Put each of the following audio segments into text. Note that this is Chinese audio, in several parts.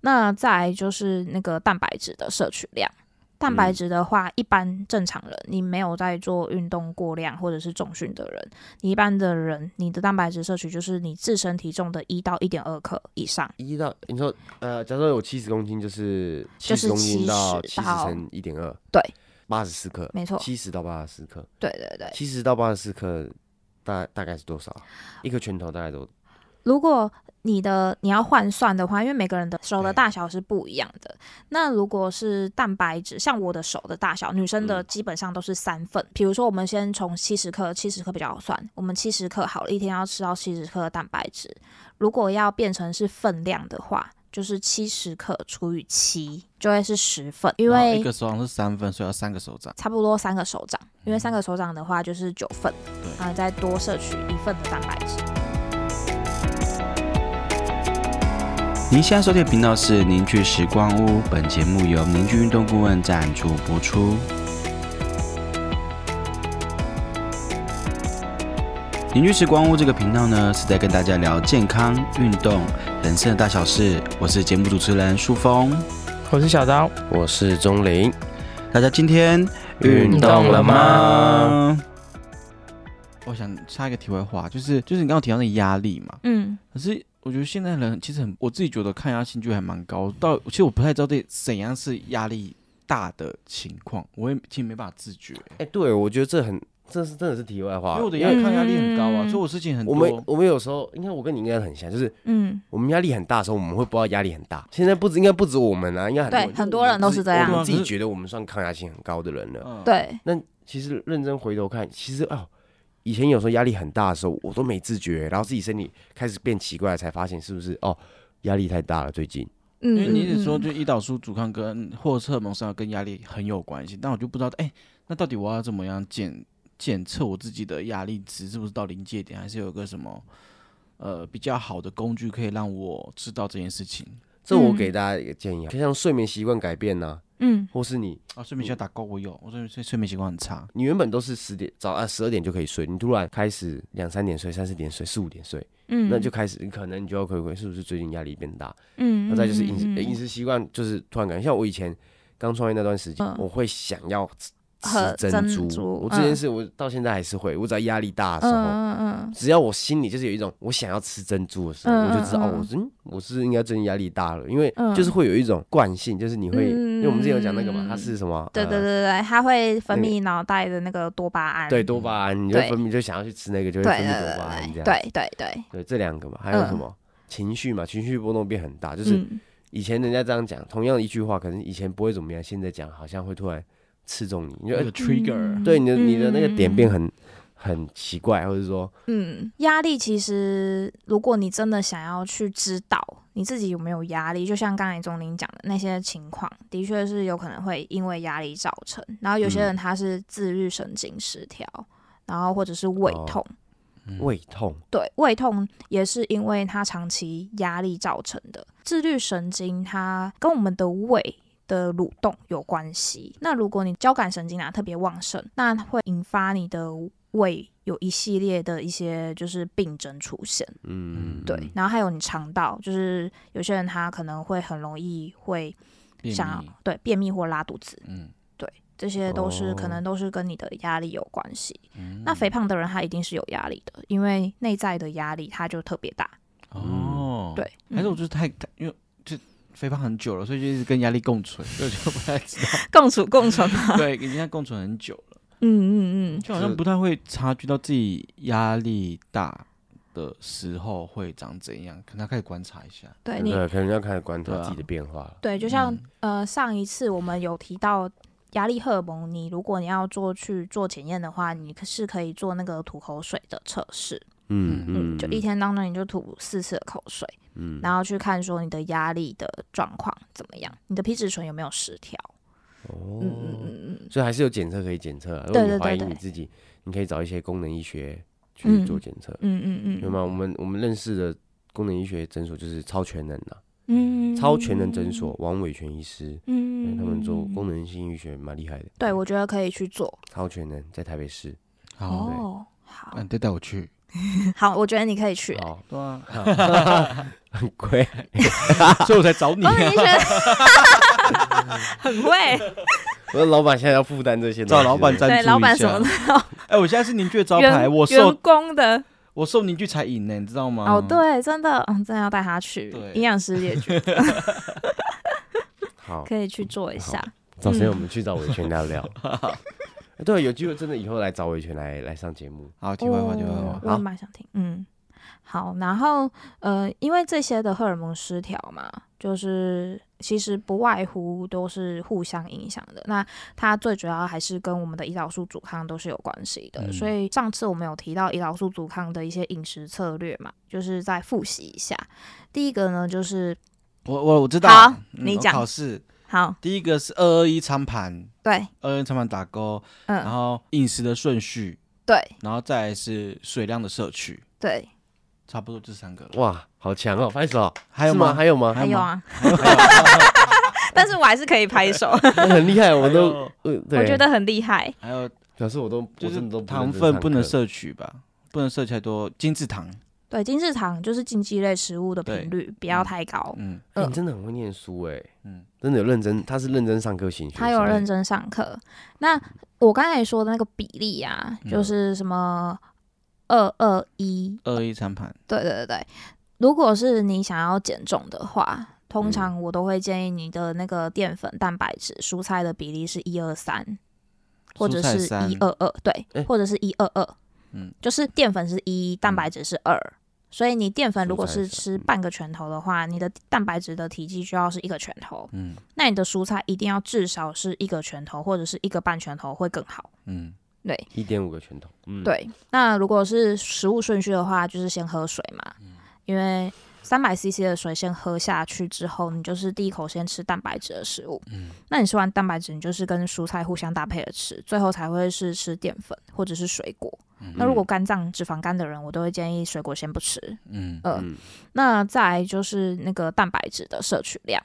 那再就是那个蛋白质的摄取量。蛋白质的话，一般正常人，你没有在做运动过量或者是重训的人，你一般的人，你的蛋白质摄取就是你自身体重的一到一点二克以上。一到你说呃，假设有七十公斤，就是七就是十公斤到70七十乘一点二，对，八十四克，没错七十到八十四克，对对对，七十到八十四克大大概是多少啊？一个拳头大概多？如果你的你要换算的话，因为每个人的手的对大小是不一样的。那如果是蛋白质，像我的手的大小，女生的嗯基本上都是三份。比如说，我们先从七十克，七十克比较好算。我们七十克好了，一天要吃到七十克的蛋白质。如果要变成是分量的话，就是七十克除以七，就会是十份，因然后一为个手掌是三分，所以要三个手掌。差不多三个手掌。因嗯为三个手掌的话就是九份，然后你再多摄取一份的蛋白质。您现在收听的频道是凝聚时光屋，本节目由凝聚运动顾问赞助播出。凝聚时光屋这个频道呢，是在跟大家聊健康、运动、人生的大小事。我是节目主持人舒峰，我是小刀，我是钟林，大家今天运动了吗？我想插一个题外话，就是就是你刚刚提到那个压力嘛，嗯，可是我觉得现在人其实很，我自己觉得抗压性就还蛮高。到其实我不太知道这怎样是压力大的情况，我也其实没办法自觉，哎、对，我觉得这很，这是真的是题外因话为我。的因压为力抗压力很高啊，嗯所以我事情很多。我们我们有时候，应该我跟你应该很像，就是嗯，我们压力很大的时候，我们会不知道压力很大。现在不止应该不止我们啊，应该很多嗯对，很多人都是这样我。对们啊自己可是觉得我们算抗压性很高的人了。嗯，对，那其实认真回头看，其实哦，以前有时候压力很大的时候，我都没自觉，然后自己身体开始变奇怪，才发现是不是哦，压力太大了。最近嗯，因为你一直说嗯就胰岛素阻抗跟或者荷尔蒙上跟压力很有关系，但我就不知道，哎、那到底我要怎么样检检测我自己的压力值是不是到临界点，还是有个什么呃比较好的工具可以让我知道这件事情？这我嗯给大家一个建议啊，就像睡眠习惯改变呐、嗯或是你啊，睡眠习惯打勾我有，我睡眠睡睡眠习惯很差。你原本都是十点早啊十二点就可以睡，你突然开始两三点睡、三四点睡、四五点睡，嗯，那就开始可能你就要回归，是不是最近压力变大？嗯，嗯那再就是饮食嗯饮嗯食习惯，就是突然感觉像我以前刚创业那段时间嗯，我会想要吃喝珍吃珍珠珠。我这件嗯事我到现在还是会，我只要压力大的时候，嗯嗯只要我心里就是有一种我想要吃珍珠的时候，嗯我就知道嗯哦，我是嗯我是应该最近压力大了，因为嗯就是会有一种惯性，就是你会，因为我们之前有讲那个嘛嗯，它是什么？嗯，对对对呃对对，它会分那个泌脑袋的那个多巴胺，对多巴胺，你就对分泌就想要去吃那个，就对会分泌多巴胺对这对样。对对对，对，这两个嘛，还有什嗯么情绪嘛？情绪波动变很大，就是嗯以前人家这样讲，同样一句话，可能以前不会怎么样，现在讲好像会突然刺中你，你就、哎那个 trigger，对你的你的那个点变嗯很很奇怪，或者说嗯，压力其实，如果你真的想要去知道你自己有没有压力，就像刚才钟林讲的那些情况，的确是有可能会因为压力造成。然后有些嗯人他是自律神经失调，然后或者是胃哦痛，胃痛，对，胃痛也是因为它长期压力造成的。自律神经它跟我们的胃的蠕动有关系。那如果你交感神经啊特别旺盛，那会引发你的胃有一系列的一些就是病症出现。嗯，对，然后还有你肠道，就是有些人他可能会很容易会便想要秘，对便秘或拉肚子。嗯，这些都是、可哦能都是跟你的压力有关系。嗯那肥胖的人他一定是有压力的，因为内在的压力他就特别大。哦，，对，还是我嗯就是太太，因为就肥胖很久了，所以就一直跟压力共存，所以我就不太知道，共处共存嘛。 对，跟人家共存很久了，嗯嗯嗯，就好像是不太会察觉到自己压力大的时候会长怎样，可能要开始观察一下。对你对，可能要开始观对察啊自己的变化了。对，就像、嗯呃上一次我们有提到。压力荷尔蒙，你如果你要做去做检验的话，你可是可以做那个吐口水的测试，嗯嗯，就一嗯天当中你就吐四次的口水，嗯然后去看说你的压力的状况怎么样，你的皮质醇有没有失调，哦嗯嗯嗯嗯，所以还是有检测可以检测啊。如对果你对对怀疑对你自己，你可以找一些功能医学去嗯做检测，嗯嗯嗯，有吗？我们我们认识的功能医学诊所就是超全能啊，嗯？嗯超全能诊所，王伟全医师，对嗯，他们做嗯功能性医学蛮厉害的。嗯对我觉得可以去做超全能在台北市，好，哦。好哎嗯那，你再带我去，好，我觉得你可以去、欸。 好，对啊，哦 很贵， 所以我才找 你、我啊已。经觉 得很会， 我的老板现在要负担这些东西，找老板赞助一对下。老板什么的，哎、我现在是凝聚的招牌，员我员受工的我受凝聚才赢呢、你知道吗？哦，，对，真的，嗯，真的要带他去对营养师也 去，好，可嗯以去做一下。找时间我们去找维权聊 聊。对，有机会真的以后来找维权来来上节目。好，题外话，题外哦话，我也蛮想听。嗯，好，然后呃，因为这些的荷尔蒙失调嘛，就是其实不外乎都是互相影响的。那它最主要还是跟我们的胰岛素阻抗都是有关系的。嗯所以上次我们有提到胰岛素阻抗的一些饮食策略嘛，就是再复习一下。第一个呢，就是我我我知道。好嗯你我讲考试好，第一个是二二一餐盘，对，二二一餐盘打勾，然嗯，后饮食的顺序，对，然后再来是水量的摄取，对，差不多这三个了。哇，好强哦！拍手，还有是吗？吗？还有吗？还有啊， 但是我还是可以拍 手， 那很厉害，我都还有呃对我觉得很厉害。还有表示我都我就是真的都糖认真分上不能课摄取吧，不能摄取太多精制糖。对，精制糖就是禁忌类食物的频率不要嗯太高。嗯哎嗯你真的很会念书哎，嗯，真的有认真，他是认真上课型学生。他有认真上课。那我刚才说的那个比例啊，嗯就是什么二二一，二一餐盘，对对对对。如果是你想要减重的话，嗯通常我都会建议你的那个淀粉、蛋白质、蔬菜的比例是一二三，或者蔬菜是三一二二，哎对，或者是一二二，嗯，就是淀粉是一，蛋白质是二。所以你淀粉如果蔬是菜是吃嗯半个拳头的话，你的蛋白质的体积就要是一个拳头。嗯那你的蔬菜一定要至少是一个拳头或者是一个半拳头会更好。嗯，对一点五个拳头，嗯，，对，那如果是食物顺序的话，就是先喝水嘛，因为三百 CC 的水先喝下去之后，你就是第一口先吃蛋白质的食物。嗯，那你吃完蛋白质，你就是跟蔬菜互相搭配着吃，最后才会是吃淀粉或者是水果。那如果肝脏脂肪肝的人，我都会建议水果先不吃。嗯呃，嗯那再来就是那个蛋白质的摄取量。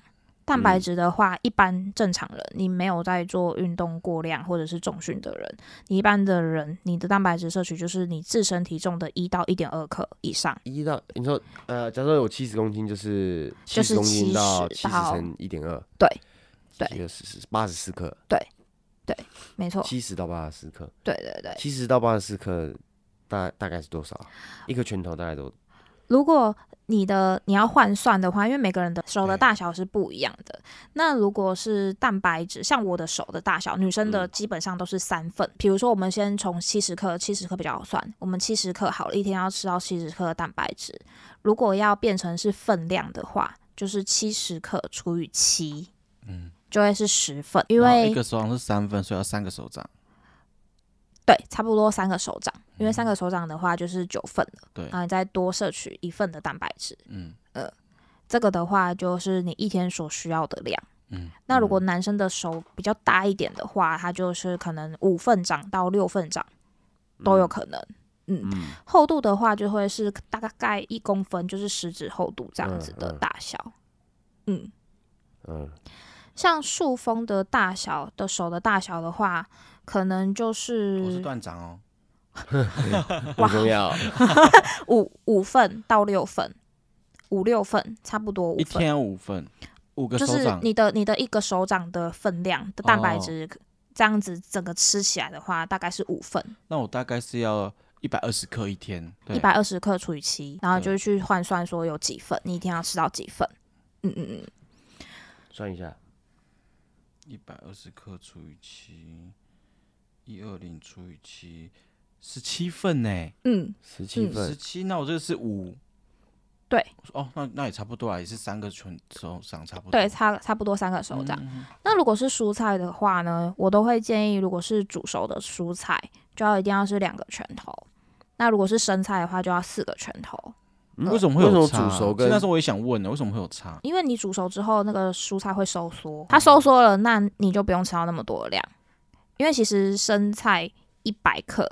蛋白质的话，一般正常人，你没有在做运动过量或者是重训的人，你一般的人，你的蛋白质摄取就是你自身体重的一到一点二克以上。一到你说呃，假如说有七十公斤，就是就是七十公斤到70七十乘一点二，对，对一个是八十四克，没错，七十到八十四克，对对对。七十到八十四克，大大概是多少啊？一个拳头大概都如果你的你要换算的话，因为每个人的手的对大小是不一样的。那如果是蛋白质，像我的手的大小，女生嗯的基本上都是三份。比如说，我们先从七十克，七十克比较好算。我们七十克好了，一天要吃到七十克的蛋白质。如果要变成是分量的话，就是七十克除以七，嗯，就会是十份，因然后为一个手掌是三分，所以要三个手掌。对，差不多三个手掌。因为三个手掌的话就是九份了，嗯对然后你再多摄取一份的蛋白质，嗯这个的话就是你一天所需要的量。嗯，那如果男生的手比较大一点的话，他就是可能五份掌到六份掌都有可能。嗯，厚度的话就会是大概一公分，就是食指厚度这样子的嗯嗯大小。嗯，嗯，像塑封的大小的手的大小的话，可能就我是是断掌哦。不 重要。五五份到六份，五六份差不多五一份，天五份，五个就手是掌。你的你的一个手掌的分量的蛋白哦质，这样子整个吃起来的话，大概是五份。那我大概是要一百二十克一天，对一百二十克除以七，然后对就去换算说有几份，你一天要吃到几份。嗯嗯嗯，算一下，一百二十克除以七，一二零除以七，十七份呢，嗯，十七嗯份十，七，那我这个是五。对哦，那那也差不多啊，也是三个拳手掌差不多。对，差差不多三个手掌。嗯那如果是蔬菜的话呢，我都会建议，如果是煮熟的蔬菜，就要一定要是两个拳头。那如果是生菜的话，就要四个拳头，嗯为什么会有为什差啊么煮熟跟那时候我也想问呢，为什么会有差？因为你煮熟之后，那个蔬菜会收缩，它收缩了，那你就不用吃到那么多的量。因为其实生菜一百克，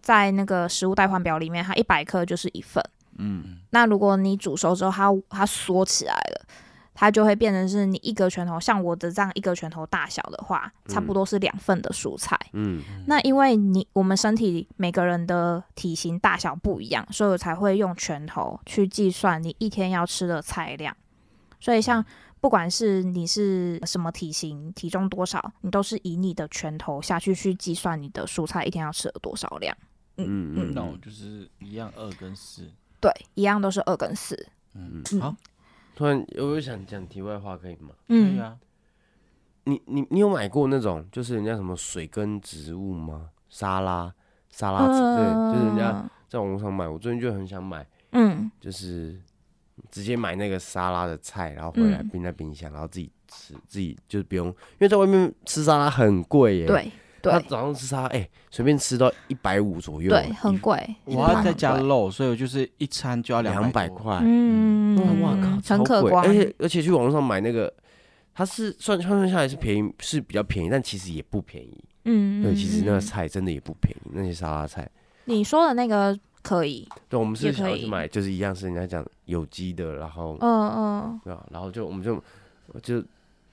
在那个食物代换表里面，嗯它一百克就是一份。嗯，那如果你煮熟之后它，它缩起来了，它就会变成是你一个拳头，像我的这样一个拳头大小的话，差不多是两份的蔬菜。嗯，那因为你我们身体每个人的体型大小不一样，所以我才会用拳头去计算你一天要吃的菜量。所以像不管是你是什么体型、体重多少，你都是以你的拳头下去去计算你的蔬菜一天要吃的多少量。嗯嗯，那我就是一样二跟四。对，一样都是二跟四。嗯，嗯好，突然我又想讲题外话，可以吗？可以啊。你你你有买过那种就是人家什么水根植物吗？沙拉沙拉嗯籽，对，就是人家在网络上买，我最近就很想买，嗯，就是直接买那个沙拉的菜，然后回来嗯冰在冰箱，然后自己吃，自己就是不用，因为在外面吃沙拉很贵耶，，对他对早上吃沙拉，哎、随便吃到一百五左右，对，很贵。我要再在加家。肉，所以我就是一餐就要两百。百块，嗯，哇靠，很超可贵哎观。而且而且去网络上买那个，它是算换算下来是便宜，是比较便宜，但其实也不便宜。嗯，对，其实那个嗯菜真的也不便宜，那些沙拉菜。你说的那个可以，对，我们是也可想要去以买，就是一样是人家讲有机的，然后嗯嗯对啊，然后就我们就就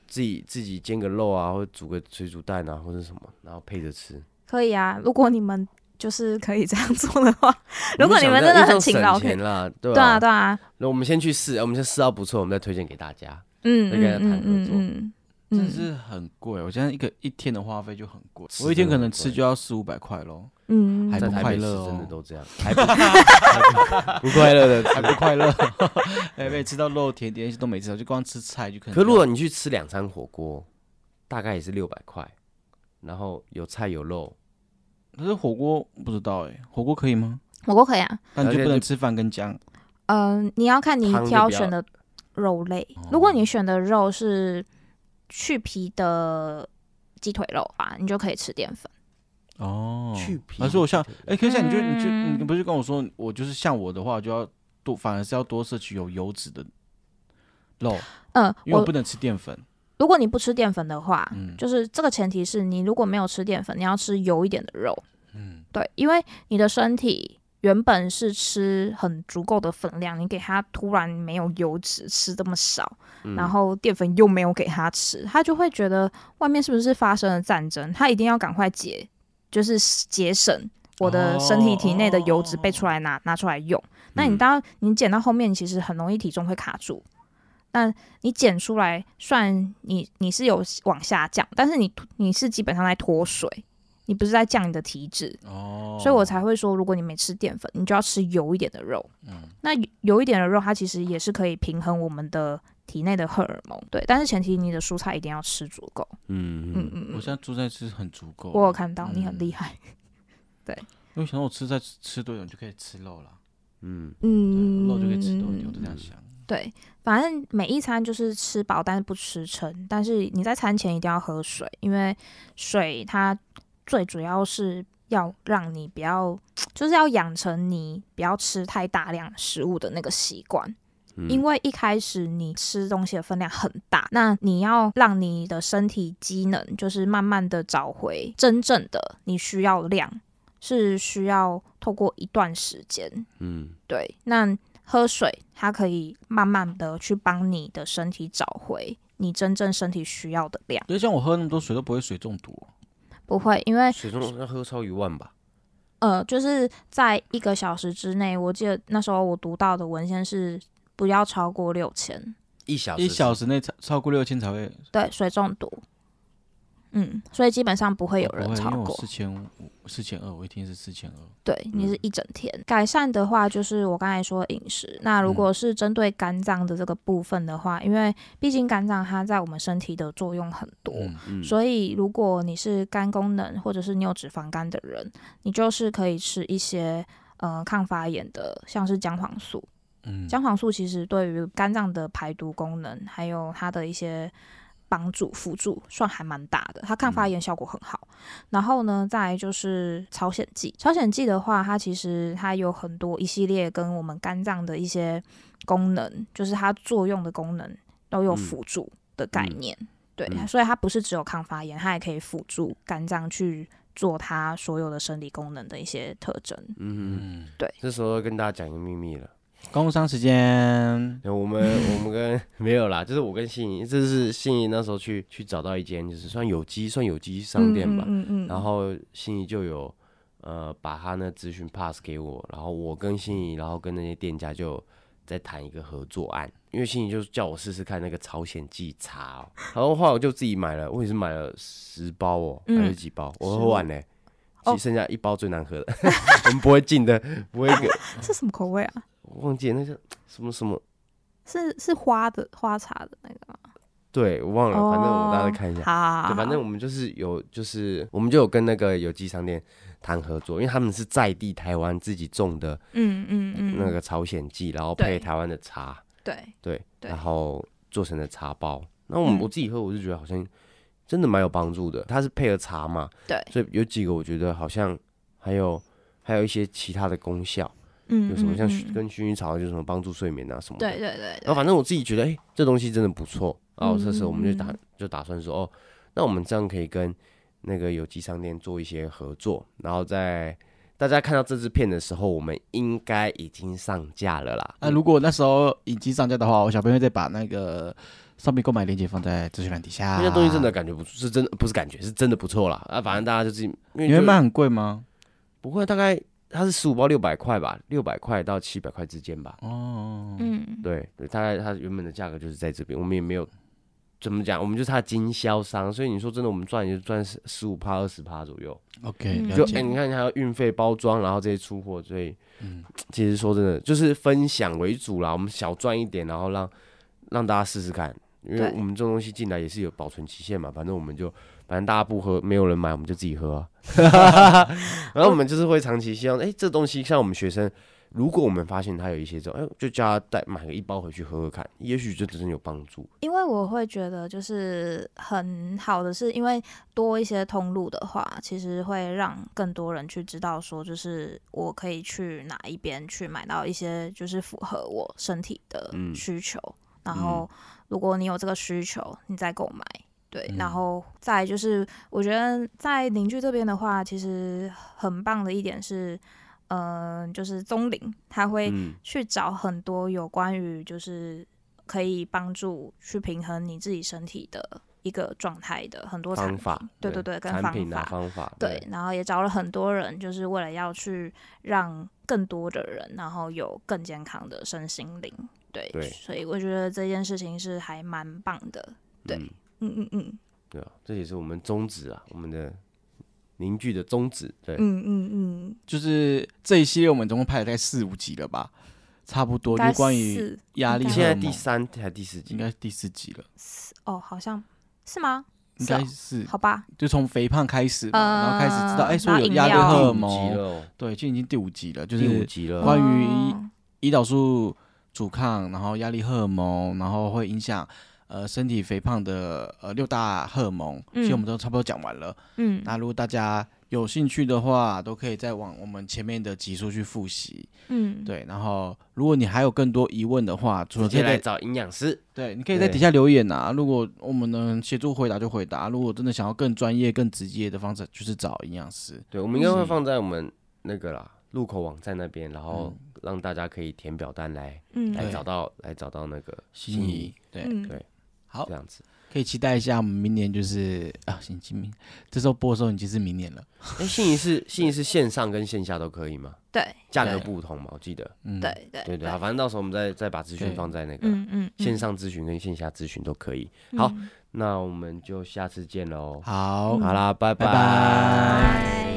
自己自己煎个肉啊，或者煮个水煮蛋啊，或者什么，然后配着吃。可以啊。如果你们就是可以这样做的话，我 如果就你想们这真的样很这勤样劳，省可以钱。啦，对对啊，啊。对啊，那我们先去试，我们先试到不错，我们再推荐给大家。嗯再跟嗯他嗯谈合嗯作嗯，真嗯的是很贵，我现在一个一天的花费就很贵，吃我一天可真的很能吃贵就要四五百块咯，嗯，还在不台快北市乐真的哦都这样，还不还不不快乐的还不快乐， 哎，没吃到肉甜点都没吃到，就光吃菜就可能可就要。如果你去吃两餐火锅，大概也是六百块，然后有菜有肉，可是火锅不知道哎，火锅可以吗？火锅可以啊。但你而就且不能就吃饭跟姜，嗯，你要看你汤就挑不要选的肉类。如果你选的肉是去皮的鸡腿肉啊，你就可以吃淀粉。哦去皮可是我像的哎，可是像你就你就嗯你不是跟我说，我就是像我的话，就要多反而是要多摄取有油脂的肉，嗯，因为我我不能吃淀粉。如果你不吃淀粉的话，嗯就是这个前提是你如果没有吃淀粉，你要吃油一点的肉。嗯，对，因为你的身体原本是吃很足够的分量，你给它突然没有油脂吃这么少，嗯然后淀粉又没有给它吃，它就会觉得外面是不是发生了战争？它一定要赶快节，就是节省。我的身体体内的油脂被出来拿、拿出来用，那你当你减到后面，你其实很容易体重会卡住。那你减出来，算你你是有往下降，但是你你是基本上在脱水，你不是在降你的体脂，哦，所以我才会说，如果你没吃淀粉，你就要吃油一点的肉。嗯那油油一点的肉，它其实也是可以平衡我们的体内的荷尔蒙，对。但是前提你的蔬菜一定要吃足够。嗯嗯嗯，嗯我嗯，现在住在吃很足够，我有看到你很嗯厉害。因为想到我吃再吃吃多一点，我就可以吃肉了，嗯，对嗯，肉就可以吃多一点，我就这样想。对，反正每一餐就是吃饱，但是不吃撑。但是你在餐前一定要喝水，因为水它最主要是要让你不要，就是要养成你不要吃太大量食物的那个习惯。嗯嗯因为一开始你吃东西的分量很大，那你要让你的身体机能就是慢慢的找回真正的你需要的量，是需要透过一段时间嗯对，那喝水它可以慢慢的去帮你的身体找回你真正身体需要的量，所以像我喝那么多水都不会水中毒啊哦、不会，因嗯为水中要喝超一万吧，呃，就是在一个小时之内，我记得那时候我读到的文献是不要超过六千，一小时一小时内超超过六千才会对，水中毒。嗯，所以基本上不会有我哦不人会超因为我过四。千五、四千二，我一天是四千二。对，你是嗯一整天、改善的话，就是我刚才说饮食。那嗯如果是针对肝脏的这个部分的话，因为毕竟肝脏它在我们身体的作用很多，嗯，嗯所以，如果你是肝功能或者是你有脂肪肝的人，你就是可以吃一些呃抗发炎的，像是姜黄素。嗯姜黄素其实对于肝脏的排毒功能，还有它的一些帮助辅助，算还蛮大的。它抗发嗯炎效果很好。然后呢，再来就是朝鲜蓟。朝鲜蓟的话，它其实它有很多一系列跟我们肝脏的一些功能，就是它作用的功能都有辅助的概念。对，嗯所以它不是只有抗发炎，它也可以辅助肝脏去做它所有的生理功能的一些特征。嗯嗯，嗯，这时候要跟大家讲一个秘密了，工商时间，对我们 我们跟没有啦，就是我跟信怡，这是信怡那时候去去找到一间就是算有机算有机商店吧，嗯嗯嗯嗯然后心仪就有呃把他那资讯 pass 给我，然后我跟心仪，然后跟那些店家就在谈一个合作案，因为心仪就叫我试试看那个朝鲜蓟茶、哦，然后后来我就自己买了，我也是买了十包哦，还是嗯几包，我喝完呢、哦其实剩下一包最难喝的， 我们不会进的，不会给，是什么口味啊？我忘记了那叫什么什么，是是花的花茶的那个吗？对我忘了，反正我大概看一下哦。好，对，反正我们就是有，就是我们就有跟那个有机商店谈合作，因为他们是在地台湾自己种的嗯嗯嗯，那个朝鲜蓟，然后对配台湾的茶，对，对，对然后做成的茶包。那我、嗯我自己喝，我就觉得好像真的蛮有帮助的。它是配合茶嘛，对所以有几个我觉得好像还有还有一些其他的功效，嗯，有什么嗯像嗯跟薰衣草就是什么帮助睡眠啊什么的。对对对然后对，反正我自己觉得，哎、这东西真的不错。然后嗯这时候我们就打嗯就打算说，哦，那我们这样可以跟那个有机商店做一些合作。然后在大家看到这支片的时候，我们应该已经上架了啦。啊那如果那时候影集上架的话，我小朋友再把那个商品购买链接放在资讯栏底下。那东西真的，感觉不错，是真的不是感觉是真的不错啦。啊，反正大家就自己，因为你会就卖很贵吗？不会，大概它是十五包六百块吧，六百块到七百块之间吧。哦，嗯，对，对，大概它原本的价格就是在这边，我们也没有怎么讲，我们就是它的经销商，所以你说真的，我们赚也就赚十十五趴、二十趴左右。 OK，嗯了就解哎、你看还有运费、包装，然后这些出货，所以嗯其实说真的，就是分享为主啦，我们小赚一点，然后让让大家试试看，因为对我们这种东西进来也是有保存期限嘛，反正我们就反正大家不喝，没有人买，我们就自己喝、 啊。然后我们就是会长期希望，哎、这东西像我们学生，如果我们发现他有一些这种，哎、就叫他带买个一包回去喝喝看，也许就真的有帮助。因为我会觉得就是很好的是，因为多一些通路的话，其实会让更多人去知道说，就是我可以去哪一边去买到一些就是符合我身体的嗯需求，然后如果你有这个需求，你再购买。对，然嗯后再来就是，我觉得在邻居这边的话，其实很棒的一点是，嗯、就是棕林，它会嗯，去找很多有关于就是可以帮助去平衡你自己身体的一个状态的很多产方品法，对对对，跟产方品啊法，方法，对，然后也找了很多人，就是为了要去让更多的人，然后有更健康的身心灵，对，对所以我觉得这件事情是还蛮棒的，对嗯嗯嗯嗯对啊，这也是我们宗旨啊，我们的凝聚的宗旨。对，嗯嗯嗯，就是这一系列我们总共拍了大概四五集了吧，差不多应就该是关于是压力应荷该尔现蒙。在第三还是第四集应？该是第四集了，哦，好像是吗？应是哦该是好吧，就从肥胖开始嘛，呃然后开始知道哎，然说后有饮压力料荷尔第五集蒙，了哦，对，就已经第五集嗯了，就第五是集了。呃关于哦胰岛素阻抗，然后压力荷尔蒙，然后会影响呃身体肥胖的呃六大荷尔蒙，嗯其实我们都差不多讲完了。嗯，那如果大家有兴趣的话，都可以再往我们前面的集数去复习。嗯，对，然后如果你还有更多疑问的话，除直了可以接来在找营养师，对，你可以在对底下留言啊。如果我们能协助回答就回答，如果真的想要更专业、更直接的方式，就是找营养师。对，我们应该会嗯放在我们那个啦入口网站那边，然后嗯让大家可以填表单来嗯，来对找到来找到那个心仪，对，嗯，对好这，样子。可以期待一下我们明年就是啊，星期明这时候播的时候已经是明年了。哎，心仪是心仪是线上跟线下都可以吗？对价格对不同嘛，我记得。嗯，，对对对对，好反正到时候我们再再把资讯对放在那个呃嗯嗯，线嗯上咨询跟线下咨询都可以。好嗯那我们就下次见喽。好，好啦，拜拜拜嗯拜。